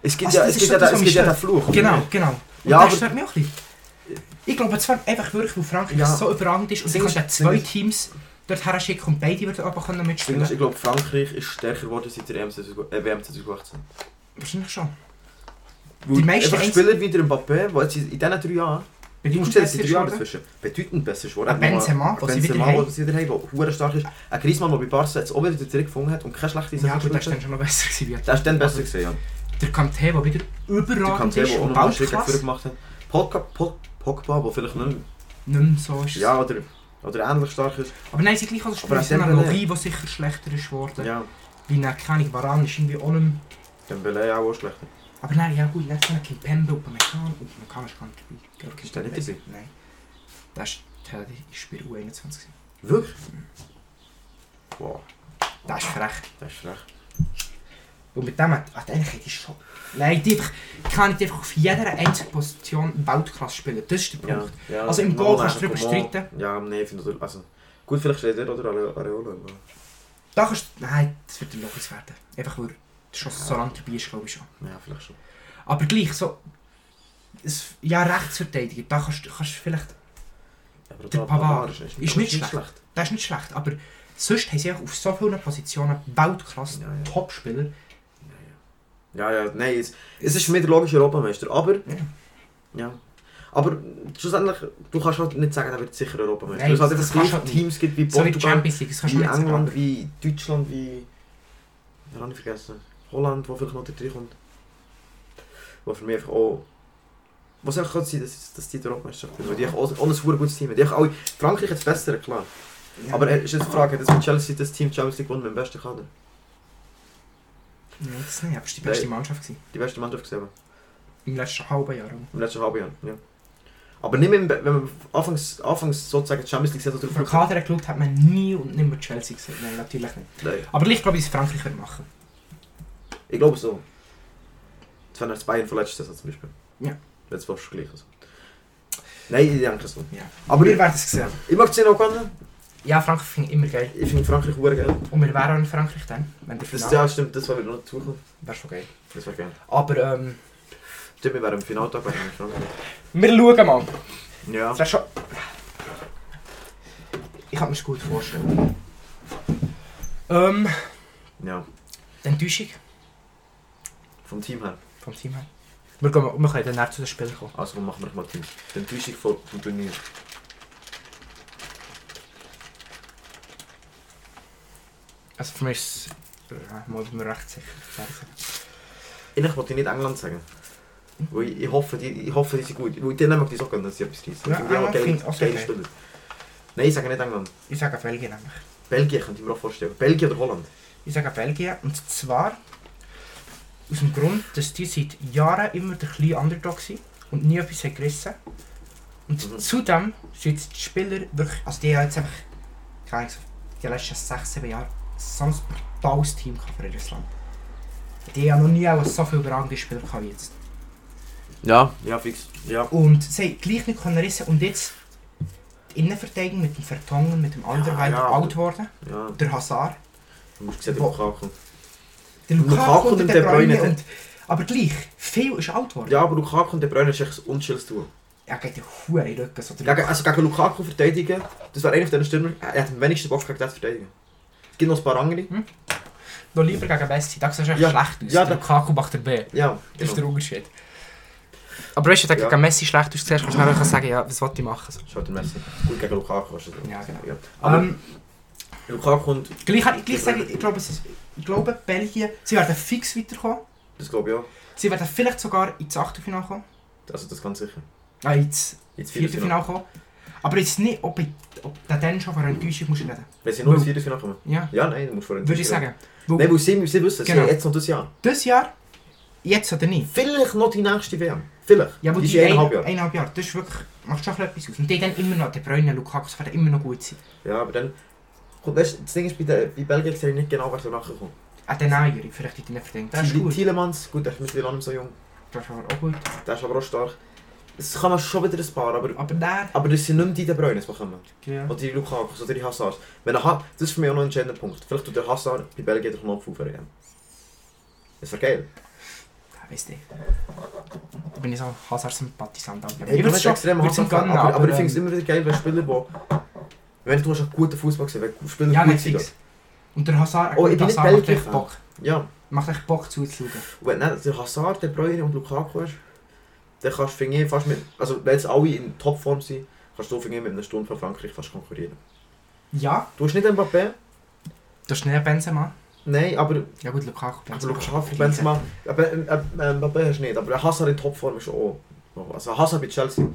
Es gibt Also, ja, das es ist gibt so ja, das, den- was es mich gibt ja den stört. Fluch. oder Genau, nicht? genau. Und Ja, ja, das aber- stört mich auch ein bisschen. Ich glaube zwar einfach wirklich, weil Frankreich Ja. so überragend ist und sie Ding kann ist- dann zwei Teams dort her schicken und beide würden aber können Das Ding ist, mitspielen. Ich glaube, Frankreich ist stärker geworden seit der EM 2018, äh, WM 2018. Wahrscheinlich schon. Weil Die meisten einfach Einzel- Spieler wie der Mbappé, die jetzt in diesen drei Jahren, du musst dir jetzt in drei Jahren dazwischen, bedeutend besser geworden. Ein Benzema, der was sie Benzema, wieder haben. was sie wieder haben, der verdammt stark ist. Ein Griezmann, der bei Barca jetzt auch wieder zurückgefunden hat und keine schlechte Ja, gut, gespielt das war hat. dann schon noch besser. Gewesen, wie Der ist dann besser gesehen, ja. der Kanté, der wieder Der überragend Kanté, ist der auch und noch einen bald Schritt klasse, vorher nicht gemacht hat. Pogba, Pog- Pogba, der vielleicht nicht mehr, mehr so ist. ja, oder, oder ähnlich stark ist. Aber nein, sie gleich als Aber Spieler an sind Dembele- Logie, der sicher schlechter ist geworden. Ja, Wie dann, keine Ahnung, Varane ist irgendwie auch nicht mehr. Dembélé auch schlechter. Aber nein, ja gut, dann kann ich Pembe und Mekan und Mekan ist gar nicht dabei. Ich glaub, Ist der nicht dabei? Nein. Der ist, der ist bei der U21. gewesen. Wirklich? Wow, Der ist frech. das ist schlecht. Und mit dem hat, hat eigentlich hätte ich schon... Nein, die einfach, kann ich einfach auf jeder einzigen Position Dus Weltklasse spielen. Das ist der Ja, Punkt. ja, Also im Mal Goal kannst du nachher, drüber mal- streiten. Ja, nee, ich finde, also, gut, vielleicht steht er oder Are- Areola. aber- Da kannst du... Nein, das wird ein Logis werden. Einfach weil er schon so lange dabei ist, glaube ich schon. Ja, vielleicht schon. Aber gleich, so... Es, ja, Rechtsverteidiger, da kannst du kannst du vielleicht... Aber Der da- er Pavard Pavard ist nicht schlecht. Das ist nicht schlecht, aber sonst haben sie einfach auf so vielen Positionen Weltklasse Ja, ja. Topspieler. Ja, ja, nein, es, es ist für mich der logische Europameister, aber... Ja. Aber schlussendlich, du kannst halt nicht sagen, er wird sicher Europameister. Nein, Weil es halt das einfach kannst gleich du halt Teams gibt wie So wie die Portugal, Champions League, das kannst du wie nicht sagen. England, wie Deutschland, wie... Ja, habe ich vergessen. Holland, wo vielleicht noch der kommt. Wat voor mij oh. einfach auch. Was einfach kann sein, dass, dass die der Europameisterschaft gewinnen. Weil die haben auch, auch ein super gutes Team. haben. Die oh, haben alle, Frankreich hat das bessere, klar. Ja. Aber es ist jetzt die Frage, hat jetzt mit Chelsea das Team die Champions League gewonnen mit dem besten Kader? Nein, das nicht. Aber es war die beste Mannschaft gewesen. Die beste Mannschaft gesehen im letzten halben Jahr. auch. im letzten halben Jahr. Ja. Aber nicht mehr, im Be- wenn man anfangs, anfangs sozusagen die Champions League Saison Auf den drauf Kader geschaut hat man nie und nimmer Chelsea gesehen. Nein, natürlich nicht. Nein, Aber ich glaube, ich würde es Frankreich würde machen. ich glaube so. Das wäre jetzt Bayern von letzter Saison zum Beispiel. Ja. Jetzt fast gleich. Also. Nein, ich denke so. Ja. Aber wir ich, werden es sehen. ich mag es auch gerne. Ja, Frankreich finde ich immer geil. Ich finde Frankreich sehr geil. Und wir wären auch in Frankreich dann, wenn der Das, Finale ja, stimmt, das war wieder noch zukommen. wäre schon geil. Das wäre geil. Aber ähm, Stimmt, wir wären im Finaltag bei Frankreich. wir schauen mal. Ja. Das wäre schon... Ich kann mir das gut vorstellen. Ähm, Ja. die Enttäuschung Vom Team her. vom Team her. Wir, gehen, wir können dann näher zu den Spielern kommen. Also machen wir mal Team. Die Enttäuschung vom vom Turnier. Also für mich ist es... Ja, mal bin mir recht sicher. fair gesagt. Eigentlich wollte ich nicht England sagen. Weil ich hoffe, die, ich hoffe, die sind gut. Weil denen mag ich es auch gerne, dass sie etwas reissen. Ja, Weil die haben England geile- finde ich auch geile sehr Spieler. Nein, ich sage nicht England. Ich sage Belgien nämlich. Belgien könnte ich mir auch vorstellen. Belgien oder Holland. Ich sage Belgien. Und zwar aus dem Grund, dass die seit Jahren immer der kleine Underdog waren und nie etwas haben gerissen Und Mhm. zudem sind jetzt die Spieler wirklich. Also die haben jetzt einfach. Keine Ahnung, die letzten 6, 7 Jahre so ein brutales Team gehabt für ihr Land. Die haben noch nie auch so viele überragende Spieler gehabt wie jetzt. Ja. Ja, fix. Ja. Und sie haben gleich nicht können rissen und jetzt die Innenverteidigung mit dem Vertongen, mit dem Alderweil ja. alt geworden. Ja, Der Hazard. du musst sehen, Wo- wo Lukaku. Der Lukaku Lukaku und De und der Bruyne, Bruyne. Und, aber gleich, viel ist alt geworden. Ja, aber Lukaku und De Bruyne ist echt ein unschilles Duo. Ja, gegen den Huren in den Rücken. So Gegen, also gegen Lukaku verteidigen, das wäre einer von diesen Stürmer, er hat am wenigsten Bock gegen den zu verteidigen. Es gibt noch ein paar andere. Noch lieber gegen Messi, da siehst du echt Ja. schlecht aus. Ja, der da- Lukaku macht der B. Ja, Das genau. ist der Unterschied. Aber weißt du, wenn du Ja. gegen Messi schlecht aussiehst, kannst du dann sagen, ja, was wollte ich machen? So. Schaut der Messi. Gut gegen Lukaku kannst du das. Ja, genau. dus- Ja. Ehm, Aber Ähm, Lukaku und, gleich, ich, gleich sage ich, ich glaube, es ist, ich glaube, Belgien, sie werden fix weiterkommen. das glaube ich auch, Sie werden vielleicht sogar ins Achtelfinale kommen. also das ganz sicher. Nein, ins Jetzt Viertelfinale kommen. Aber jetzt nicht, ob, ich, ob der dann schon von einer Enttäuschung musst reden. Wenn sie nur ins Weil- Viertelfinale kommen. Ja, Ja, nein, du musst vorher würde ich sagen. Nein, weil sie, sie wissen, Genau. sie jetzt noch das Jahr. Dieses Jahr, jetzt oder nie. Vielleicht noch die nächste WM. Vielleicht. Ja, aber die die, ist in eineinhalb Jahre. Eineinhalb Jahre, das ist wirklich, macht schon etwas aus. Und die dann immer noch, der Bräune Lukaku, das wird immer noch gut sein. Ja, aber dann... Gut, weißt, du, das Ding ist, bei, der, bei Belgien sehe ich nicht genau, wer so nachher kommt. Auch der Neuer, vielleicht in den Verdenken. Das ist Thiel- gut. Thielemans, gut, der ist mittlerweile nicht so jung. Das ist aber auch gut. Der ist aber auch stark. Das kann man schon wieder ein paar, aber... Aber der... Aber das sind nicht mehr die De Bruyne, die kommen. Ja. Oder die Lukaku, oder die Hazard. Wenn er hat, das ist für mich auch noch ein entscheidender Punkt. Vielleicht tut der Hazard bei Belgien den Knopf auf EM. Das wäre geil. Weißt du. Da bin ich so Hazard-Sympathisant. aber Ich würd's bin schon extrem würd's ihm Hazard-Fan, gönnen, aber, aber, ich ähm, finde es immer wieder geil, wenn Spieler, die... Wenn du hast einen guten Fußball gesehen, wenn Spieler Ja, gut nicht sind. fix. Und der Hazard, Oh, ich der bin nicht Hazard macht echt Belgier-Fan. Bock. Ja. Macht echt Bock zuzuschauen. Und wenn dann der Hazard, der Bruyne und Lukaku ist, dann kannst du finde ich, fast mit... Also wenn jetzt alle in Topform sind, kannst du finde ich, mit einer Stunde von Frankreich fast konkurrieren. Ja, Du hast nicht Mbappé, das ist nicht ein Benzema. nein, aber... Ja gut, Lukaku, Also Benzema. Lukaku, Benzema... Aber, ähm, ähm, Mbappé hast du nicht, aber Hazard in Topform ist auch... noch was. Also Hazard bei Chelsea.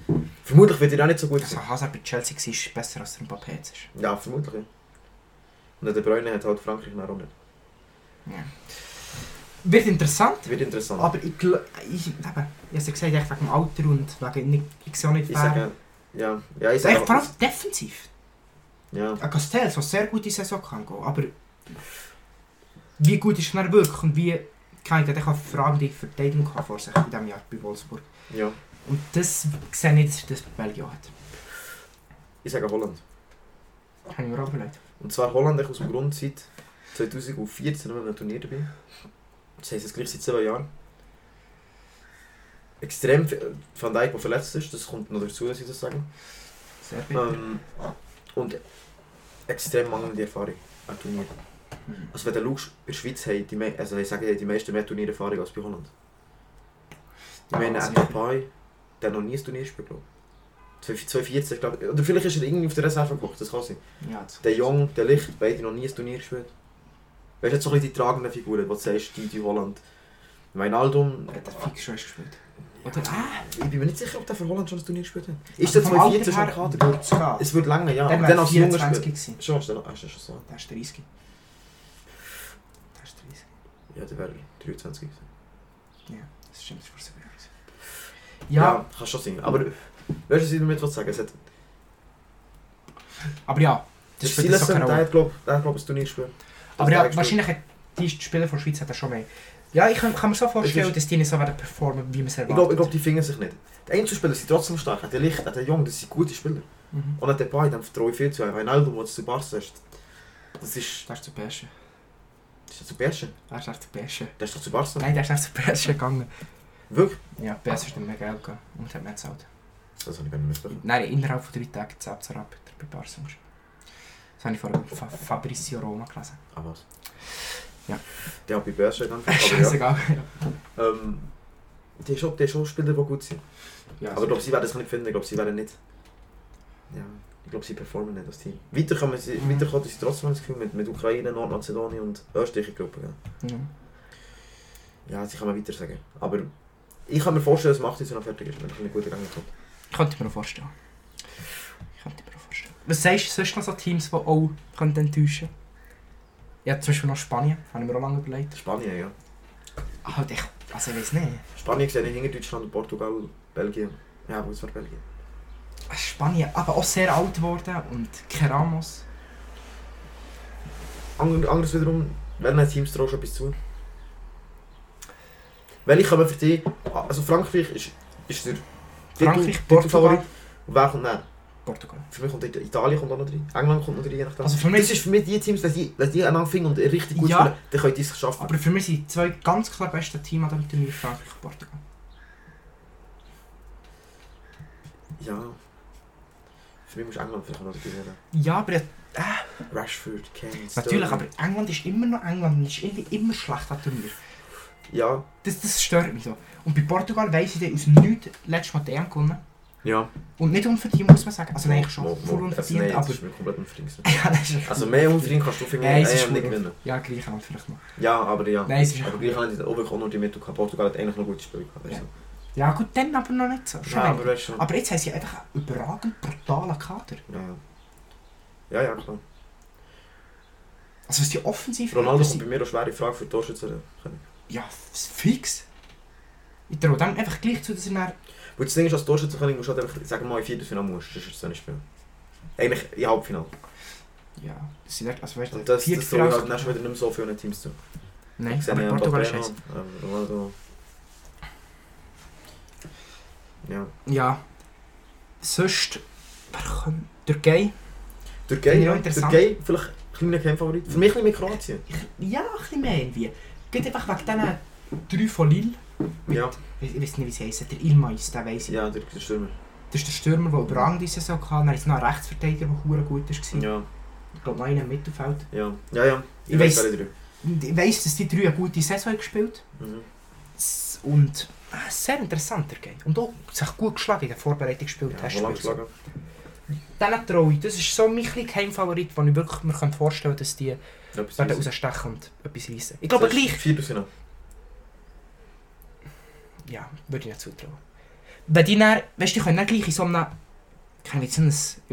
Vermutlich wird er auch nicht so gut sein. Also Hazard bei Chelsea war ist besser als der Mbappé jetzt ist. Ja, vermutlich. Und der Bruyne hat halt Frankreich noch auch nicht. Wird interessant. Wird interessant. Aber ich glaube, ich, eben, ich habe es ja gesagt, echt wegen dem Alter und wegen, nicht, ich sehe nicht, ich wer... sage... Ja, ja, ich sage... Echt, vor allem defensiv. Ja. Ein Castells, der sehr gut in die Saison kann gehen, aber wie gut ist er wirklich und wie kann ich auch Fragen die Verteidigung haben vor sich in diesem Jahr bei Wolfsburg. Ja. Und das sehe ich, dass er das bei Belgien hat. Ich sage Holland. Habe ich mir auch überlegt. Und zwar Holland ich aus dem Grund seit 2014 nicht mehr einem Turnier dabei. Das heisst, es gleich seit 7 Jahren. Extrem viel- äh, Van Dijk, der verletzt ist, das kommt noch dazu, dass ich das sage. Sehr gut. Ähm, und extrem mangelnde Erfahrung an Turnieren. Mhm. Also wenn du schaust, in der Schweiz haben die, mei- also ich sage, die haben die meisten mehr Turniererfahrung als bei Holland. Ich meine, Ja, Mbappé, der hat noch nie ein Turnier gespielt, glaube ich. 2014, glaube ich. Oder vielleicht ist er irgendwie auf der Reserve gekocht, das kann sein. Ja, also. das- Der Jong, der Licht, beide noch nie ein Turnier gespielt. Weißt du, jetzt so ein bisschen die tragenden Figuren, was sagst, die, die Holland. Wijnaldum, Hat er fix schon erst gespielt. Oder? ich bin mir nicht sicher, ob der für Holland schon das Turnier gespielt hat. Ah, Also Ist der vom 2014 schon im Alter her Kader? wird's gehen. Es wird lange, ja. Dann aber wäre Dann er als junger Spieler. 24 gewesen. Schon, ist er- ah, ist er schon so. Der ist 30. Der ist 30. Ja, der wäre 23 gewesen. Das stimmt, das ist vor sieben Jahren. gewesen. ja, Kann schon sein. Aber weißt du, was ich damit will sagen? Es hat, aber ja. das Das spielt jetzt auch keine der Rolle. hat, glaube ich, ein Turnier gespielt. Aber ja, wahrscheinlich hat die Spieler von der Schweiz hat er schon mehr. Ja, ich kann, kann mir so vorstellen, dass die nicht so werden performen, wie man es Ich erwartet. glaube, ich glaub, die fingen sich nicht. Die Einzelspieler sind trotzdem stark. Hat der Licht, hat der Jung, das sind gute Spieler. Mhm. Und hat der Pai, dann vertraue ich viel zu. Wijnaldum, der zu Barca ist. Das ist. Das ist der Beste. Ist der zu Berschen? Er ist echt der Beste. Der ist doch zu Barca. Nein, der ist echt der Beste gegangen. Wirklich? Ja, Beste ist nicht mehr Geld gegangen. Und hat mehr gezahlt. Das habe ich gar nicht mitbekommen. Nein, innerhalb von drei Tagen zahlt er ab. Der bei Barca geschrieben. Das habe ich vorher bei Fa Fabrizio Roma gelesen. Ah, was? Ja. Der hat bei Berschen dann. Oh, Aber ja. Scheißegal. Ähm, die ist auch, die ist auch Spieler, die gut sind. Ja, Aber ich glaube, sie werden es nicht finden. Ich glaube, sie werden nicht. Ja, ich glaube, sie performen nicht als Team. Weiter kann man sie, Mhm. weiter kann sie trotzdem das Gefühl mit, mit Ukraine, Nordmazedonien und Österreich in die Gruppe gehen. Ja. Ja, sie kann man weiter sagen. Aber ich kann mir vorstellen, dass Machtis noch fertig ist, wenn ich einen guten Gang kommt. Könnte ich mir auch vorstellen. Könnte ich mir auch vorstellen. Was sagst du sonst noch so Teams, die auch könnten enttäuschen könnten? Ja, zum Beispiel noch Spanien, habe ich mir auch lange überlegt. Spanien, ja. Ah, Halt ich, also ich weiß nicht. Spanien sehe ich hinter Deutschland, Portugal, Belgien. Ja, wo ist war Belgien? Spanien, aber auch sehr alt geworden und kein Ramos. Ander, anders wiederum, welchen Teams traust du etwas zu? Welche kommen für dich? Also Frankreich ist, ist der Titel- Frankreich, Titelfavorit. Portugal. Und wer kommt nach? Portugal. Für mich kommt Ita- Italien kommt auch noch rein. England kommt noch rein, je nachdem. Also für mich- das ist für mich die Teams, wenn die, wenn die aneinander finden und richtig gut Ja. spielen, dann können die es schaffen. Aber für mich sind zwei ganz klar beste Teams an diesem Turnier Frankreich und Portugal. ja. Für mich muss England vielleicht noch gewinnen. Ja, aber ja, eh, Rashford, Kane, Sterling. natürlich, aber England ist immer noch England und ist irgendwie immer schlecht an Turnier. Ja. Das, das stört mich so. Und bei Portugal weiss ich, die aus nichts letztes Mal die EM gewonnen. Ja. Und nicht unverdient, muss man sagen. Also eigentlich schon Mo- mo- voll also, unverdient, nein, aber... Das ist mir komplett unverdient. Ja, das ist Also mehr unverdient kannst du für mich Nein, es AM ist nicht schwierig. gewinnen. Ja, Griechenland vielleicht noch. Ja, aber ja. Nein, es ist Aber Griechenland hat auch wirklich auch noch die Mittel gehabt. Portugal hat eigentlich noch gute Spiele gehabt. Ja. weißt du. Ja gut, dann aber noch nicht so. Schon Ja, aber aber, weißt du. aber jetzt haben sie einfach einen überragend brutalen Kader. Ja, ja. Ja, ja, klar. Also was die offensiv Ronaldo was kommt bei sie- mir auch schwere Frage für die Torschützen. Ja, f- fix. Ich traue dem einfach gleich zu, dass er dann... Weil das Ding ist, als Torschützenkönig musst du halt einfach, sagen wir mal, im Viertelfinale musst, sonst ist es nicht spielen. Eigentlich im Halbfinale. Ja, dass sie dort... Also weißt du, Und das, das soll Viertelfinale- halt dann schon wieder nicht so viele Teams zu. Nein, aber Portugal ist scheiße. Ronaldo. Ja. Ja. Sonst... Wer kommt? Türkei? Türkei, Finde ich ja. auch interessant. Türkei, vielleicht ein kleiner Kernfavorit. Für mich ein bisschen mit Kroatien. Ja, ein bisschen mehr irgendwie. Geht einfach wegen diesen drei von Lille. Ja, Ich ich weiß nicht, wie sie heißen. Der Ilmais, der weiss ich. ja, der der Stürmer. Das ist der Stürmer, der überragend diese Saison hatte. Dann ist noch ein Rechtsverteidiger, der verdammt gut war. Ja, Ich glaube, noch einer im Mittelfeld. ja. Ja, ja. Ich, Ich weiß weiss- alle drei. Und ich weiss, dass die drei eine gute Saison haben gespielt Mhm. S- Und äh, sehr interessant der Game. Und auch sich gut geschlagen in der Vorbereitungsspiel. Ja, wo lang geschlagen? Dann traue ich. Das ist so mein kleiner Geheimfavorit, wo ich wirklich mir könnte vorstellen könnte, dass die Etwas werden riesig. rausstechen und etwas reissen. Ich glaube Das ist gleich. Viertelfinale. Ja, würde ich nicht zutrauen. Wenn die dann, weißt du, die können dann gleich in so einem... Ich kenne jetzt so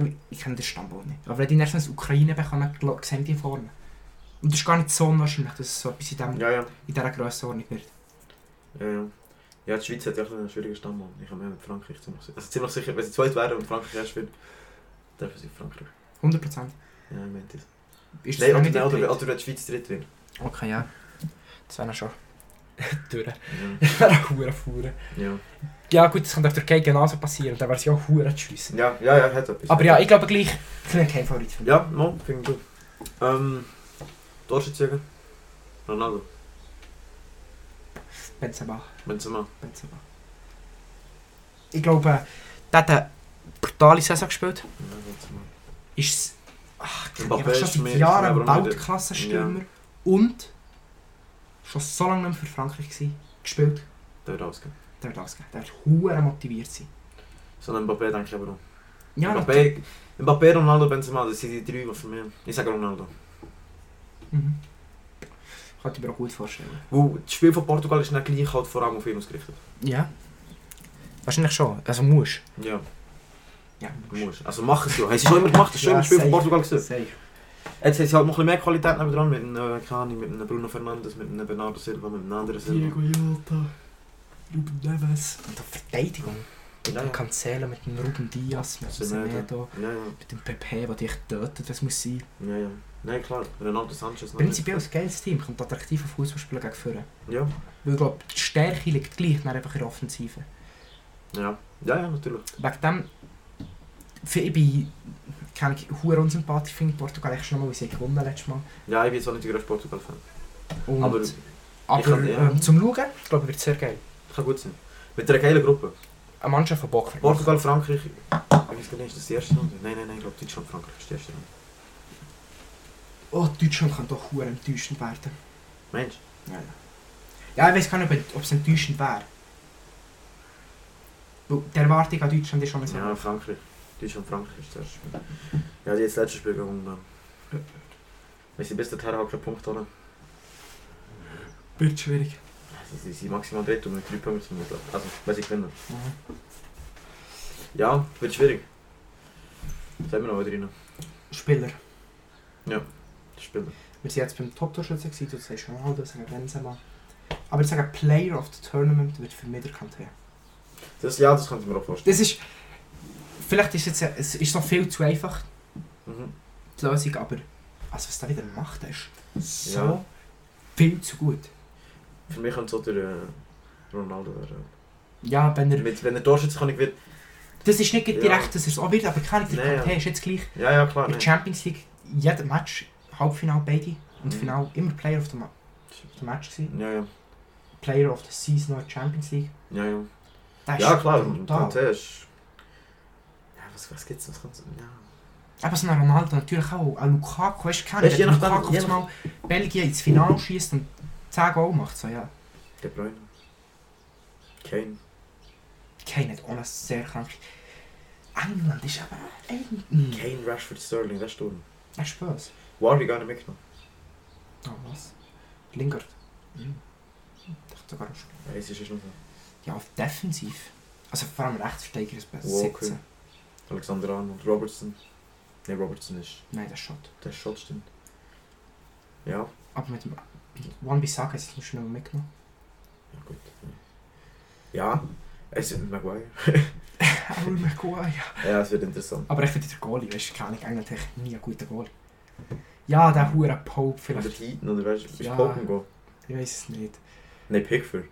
ein... Ich kenne den Stammbaum nicht. Aber wenn die dann so ein Ukraine bekommen, gl- sehen die vorne. Und das ist gar nicht so unwahrscheinlich, dass es so etwas in, dem, Ja, ja. in dieser Grössenordnung wird. Ja, ja. Ja, die Schweiz hat ja einen schwierigen Stammbaum. Ich habe mehr mit Frankreich ziemlich sicher. Also ziemlich sicher, wenn sie zweit wären und Frankreich erst spielt, dürfen sie Frankreich. 100%. Ja, ich meine das. Ist das Nein, genau, noch oder, nicht nein, oder, erklärt? oder wenn die Schweiz dritt wird. Okay, ja. Das wäre schon... durch. Ja. Das wäre auch verdammt fuhr. Ja. Ja gut, das könnte auf der Türkei genauso passieren. Dann wäre es ja auch verdammt scheiße. ja, ja, ja, hat etwas. Aber ja, ich glaube gleich... Ich bin kein Favorit von Ja, no, finde ich gut. Ähm, Torschützjäger? Ronaldo, Benzema. Benzema. Benzema. Ich glaube, der hat eine brutale Saison gespielt. Ja, Benzema. ist ach, ich Mbappé einfach schon ist seit mehr- ist Jahren mehr ein aber auch Weltklassenstürmer und schon so lange nicht mehr für Frankreich gewesen, gespielt. Der wird ausgehen. Der wird ausgeben. Der wird hure motiviert sein. Sondern Mbappé denke ich aber auch. Ja, natürlich. Mbappé, Mbappé, Ronaldo, Benzema, das sind die drei, die für mich... Ich sage Ronaldo. Mhm. Könnte Mhm. ich mir auch gut vorstellen. Weil das Spiel von Portugal ist nicht gleich halt vor allem auf ihn ausgerichtet. Ja. Wahrscheinlich schon. Also musst. Ja, Ja, muss. Also mach es ja. Haben sie schon immer gemacht, das ist schon Ja, im Spiel von safe. Portugal gesehen. Safe. Jetzt haben sie halt noch ein bisschen mehr Qualität nebenan mit einem, äh, keine Ahnung, mit einem Bruno Fernandes, mit einem Bernardo Silva, mit einem anderen Silva. Jota. Ruben Neves. Und dann Verteidigung. Mit Ja, ja. dem Cancelo, mit dem Ruben Diaz, mit dem Semedo. Semedo, Ja, ja, mit dem Pepe, der dich tötet, was muss sein. ja, ja. Nein, klar. Ronaldo Sanchez. noch Prinzipiell ein geiles Team, kommt attraktiver Fußballspieler gegen vorne. nicht. Ja, Weil ich glaube, die Stärke liegt gleich dann einfach in der Offensive. ja. Ja, ja, natürlich. Wegen dem, für- ich bin, keine Ahnung, hure unsympathisch finde Portugal echt schon mal, wie sie gewonnen haben letztes Mal. Ja, ich bin jetzt auch nicht der grösste Portugal-Fan. Und, Aber aber ich kann- ja. ähm, zum Schauen, ich glaube, wird es sehr geil. kann gut sein. Mit einer geilen Gruppe. Eine Mannschaft von Bock. Portugal, Frankreich. Ich weiß gar nicht, ist das die erste Runde? Nein, nein, nein, ich glaube Deutschland, Frankreich ist die erste Runde. Oh, Deutschland kann doch hure enttäuschend werden. Mensch. Ja, ja. ja ich weiß gar nicht, ob es enttäuschend wäre. Weil die Erwartung an Deutschland ist schon mal sehr Ja, hoch. Frankreich. Deutschland, Frankreich ist das erste Spiel. Ja, die jetzt das letzte Spiel gewonnen. Ja. Wenn sie bis dahin auch keinen Punkt haben. Wird schwierig. Also, sie sind maximal dritt und mit drei Punkten zum Beispiel. Also, wenn sie gewinnen. Mhm. Ja, wird schwierig. Sagen wir noch mal drin. Spieler. Das Spiel. Wir sind jetzt beim Top-Torschützen, gewesen, du sagst Ronaldo, du sagst Benzema. Aber ich sage, Player of the Tournament wird für mich der Kanté. Das, ja, das könnte ich mir auch vorstellen. Das ist... Vielleicht ist es jetzt... Es ist noch viel zu einfach, Mhm. die Lösung, aber... Also was der wieder macht, das ist so Ja. viel zu gut. Für mich könnte es auch der äh, Ronaldo werden. Ja, wenn er... Mit, wenn er Torschütze kann, ich wird. Das ist nicht direkt, Ja. dass er es auch wird, aber keine Ahnung, der Nein, ja. Kanté ist jetzt gleich... Ja, ja, klar. In der Nein. Champions League, jedem Match, Halbfinale beide und Mhm. Finale immer Player of the, Ma of the Match gewesen. Ja, ja. Player of the Season in der Champions League. Ja, ja. Das Ja, ist klar, brutal. Conte ist. Ja, was, was gibt's noch? Was ja. Eben so ein Ronaldo natürlich auch, ein Lukaku, weißt du, keine Weißt du, je Ahnung, wenn nachdem- Lukaku je jetzt mal Belgien ins Finale schießt und 10 Goal macht, so ja. De Bruyne. Kane. Kane hat auch noch sehr krank. England ist aber irgendwie... Kane, Rashford, Sterling, das ist dumm. Das ist böse. Warwick gar nicht mitgenommen. Oh, was? Lingard. Mhm. Ich dachte sogar schon. Ja, es ist es noch so. Ja, auf defensiv. Also vor allem Rechtsverteidiger ist besser. Walker. 17. Alexander Arnold, Robertson. Nein, Robertson ist. Nein, das ist schade. Der ist schon stimmt. Ja, Aber mit dem One Bissaka ist es nicht schnell mitgenommen. ja gut. Ja, es ist Maguire. Aber Maguire. Ja, es wird interessant. Aber ich finde der Goalie, weißt du, keine Ahnung, England hat nie einen guten Goalie. Ja, der hure Pope Oder vielleicht. Heaton, oder weißt du, ist Ja. Pokémon go? Ich weiß es nicht. Nein, Pickford.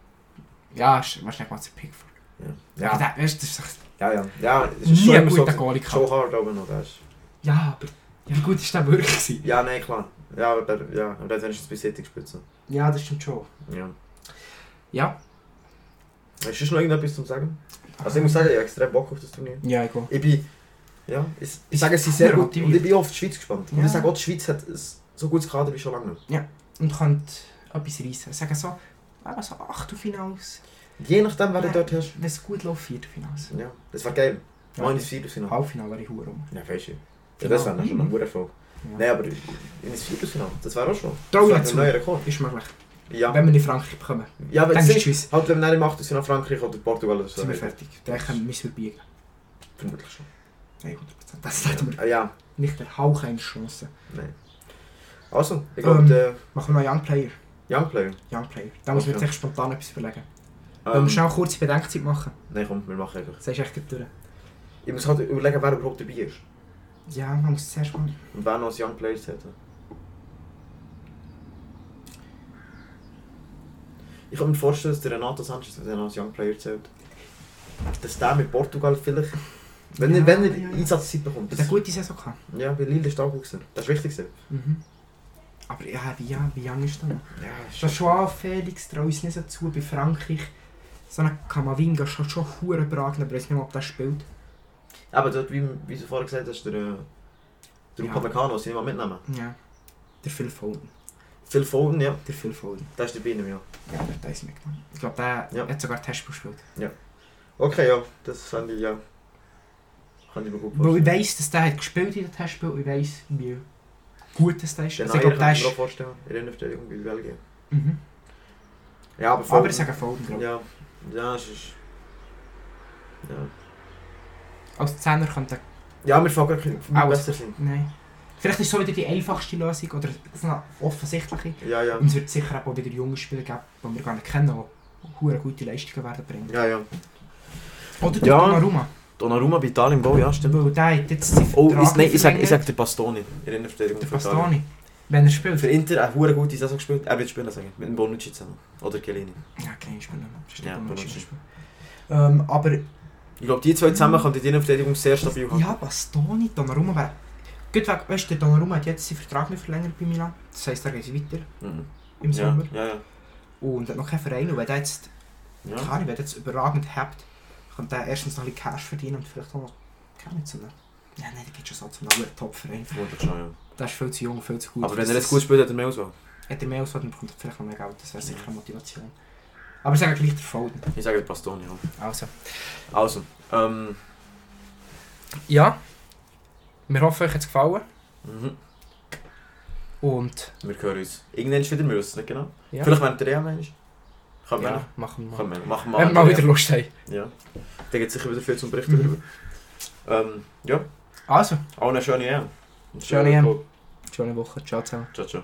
Ja, ist- wahrscheinlich macht es Pickford. Ja. Ja. Mm. Aber Ja, der, weißt du, das ist ja, ja. Ja, es ist nie schon ein immer so. guter Goalie Schon gehabt. hart, aber noch das. ist- Ja, aber wie gut ist der wirklich gewesen? Ja, nein, klar. Ja, aber der, ja, aber der hat wenigstens bei City gespielt. So. Ja, das stimmt schon. Ja. Ja. Hast du noch irgendetwas zu sagen? Also ich muss sagen, ich habe extrem Bock auf das Turnier. Ja, ich gehe. Ich bin, ja, ich, ich sage, es ist sehr gut und ich bin auf die Schweiz gespannt. Und Ja. ich sage auch, die Schweiz hat ein so gutes Kader wie schon lange nicht. Und könnte etwas reissen. Sagen so, eben so Achtelfinals. Je nachdem, wer du dort hast. Wenn es gut läuft, Viertelfinals. Ja, das war geil. Ja. Neun ins Viertelfinale. Halbfinale wäre ich hure rum. Ja, weißt du. Ja, das wäre dann schon ein guter Erfolg. Mhm. Ja. Nein, aber ins Viertelfinale, das wäre auch schon. Trau Das wäre dazu. ein neuer Rekord. Ist möglich. Ja, Wenn wir in Frankreich kommen. ja aber Dann jetzt ist sind- tschüss. halt, wenn wir nicht im Achtelfinale Frankreich oder Portugal oder so. Sind wir fertig. Dann können wir es verbiegen. Vermutlich schon. Nein, 100%. Das hat mir Ah, Ja, nicht der Hauch einer Chance. nein. Also, ich glaube, Ähm. der Machen wir noch Young Player. Young Player. Young Player. Da muss man Okay. sich spontan etwas überlegen. Wenn Ähm, wir schnell eine kurze Bedenkzeit machen, nein, komm, wir machen einfach. das ist echt gleich durch. Ich muss halt überlegen, wer überhaupt dabei ist. Ja, man muss zuerst mal. Und wer noch als Young Players hätte. Ich kann mir vorstellen, dass der Renato Sanchez, wenn er noch als Young Player zählt, dass der mit Portugal vielleicht, wenn er, Ja, wenn er ja, ja. Einsatzzeit bekommt. Hat Das, eine gute Saison gehabt. ja, bei Lille ist auch gut gewesen. Das ist wichtig gewesen. Mhm. Aber ja, wie, ja, wie jung ist der noch? Ja, Joshua Felix, trau uns nicht so zu bei Frankreich. So ein Kamavinga hat schon Huren gebracht, aber ich weiß nicht, mehr, ob der spielt. aber dort, wie, wie du vorher gesagt hast, der, äh, der Ja. Luca Meccano, sie nicht mal mitnehmen. Ja. Der Phil Foden. Phil Foden, ja, Der Phil Foden. der ist dabei im Jahr. Ja, der ist nicht genommen. Ich glaube, der Ja. hat sogar Testspiel gespielt. Okay, ja, das fand ich, ja. Kann ich mir gut Bro, ich vorstellen. weiss, dass der hat gespielt in den Testspiel und ich weiss, wie gut das der ist. Den Also, ich glaube, Neuer kann der ich mir auch ist, vorstellen, in der Verteidigung bei Belgien. Mhm. Ja, aber Aber ich sage Foden, glaube Ja, ja, es ist... Ja. ich. Als Zehner könnte... Ja, wir fangen gar Auch besser sind. Nein. Vielleicht ist es so wieder die einfachste Lösung oder so eine offensichtliche. Ja, ja. Und es wird sicher eben auch wieder junge Spieler geben, die wir gar nicht kennen, die hure gute Leistungen werden bringen. Ja, ja. Oder Ja. der Donnarumma. Donnarumma bei Italien im Bau, ja, stimmt. Weil der hat jetzt seinen Oh, Vertrag ich, nein, ich sag, ich verlängert. sag der Bastoni. In der Verteidigung Der für Italien. Bastoni. Wenn er spielt. Für Inter eine hure gute Saison gespielt. Er wird spielen, sage ich. Mit dem Bonucci zusammen. Oder Chiellini. Ja, kein Spieler mehr. Das ist Ja, nicht Bonucci. Bonucci. Ähm, aber Ich glaube, die zwei zusammen können die Innenverteidigung sehr stabil haben. ja, Bastoni, Donnarumma wäre... Gut, weg, weißt du, der Donnarumma hat jetzt seinen Vertrag nicht verlängert bei Milan. Das heisst, er geht weiter Mhm. im ja, Sommer. ja, ja. Und hat noch keinen Verein. Und wenn der jetzt, ja. klar, wenn der jetzt überragend hebt, könnte er erstens noch ein bisschen Cash verdienen und vielleicht auch noch... Keine Ahnung, zu einem... Ja, nein, der geht schon so zu einem anderen Top-Verein. Vermutlich schon, ja. Der ist viel zu jung, viel zu gut. Aber wenn er Das- jetzt gut spielt, hat er mehr Auswahl. Hat er mehr Auswahl, dann bekommt er vielleicht noch mehr Geld. Das wäre sicher eine Motivation. Aber ich sage gleich der Foden. Ich sage der Bastoni. Ja. Also. Also, ähm... Ja. Wir hoffen, euch hat es gefallen. Mhm. Und Wir hören uns. Irgendwann wieder, wir wissen es nicht genau. ja, Vielleicht während der EM meinst Können wir ja noch. machen wir mal. Können wir noch. Machen wir Wenn wir an mal der wieder EM. Lust haben. Ja. Da gibt es sicher wieder viel zum Berichten Mhm. darüber. Ähm, ja. Also, Auch eine schöne EM. Schöne EM. schöne Woche. Ciao zusammen. Ciao, ciao.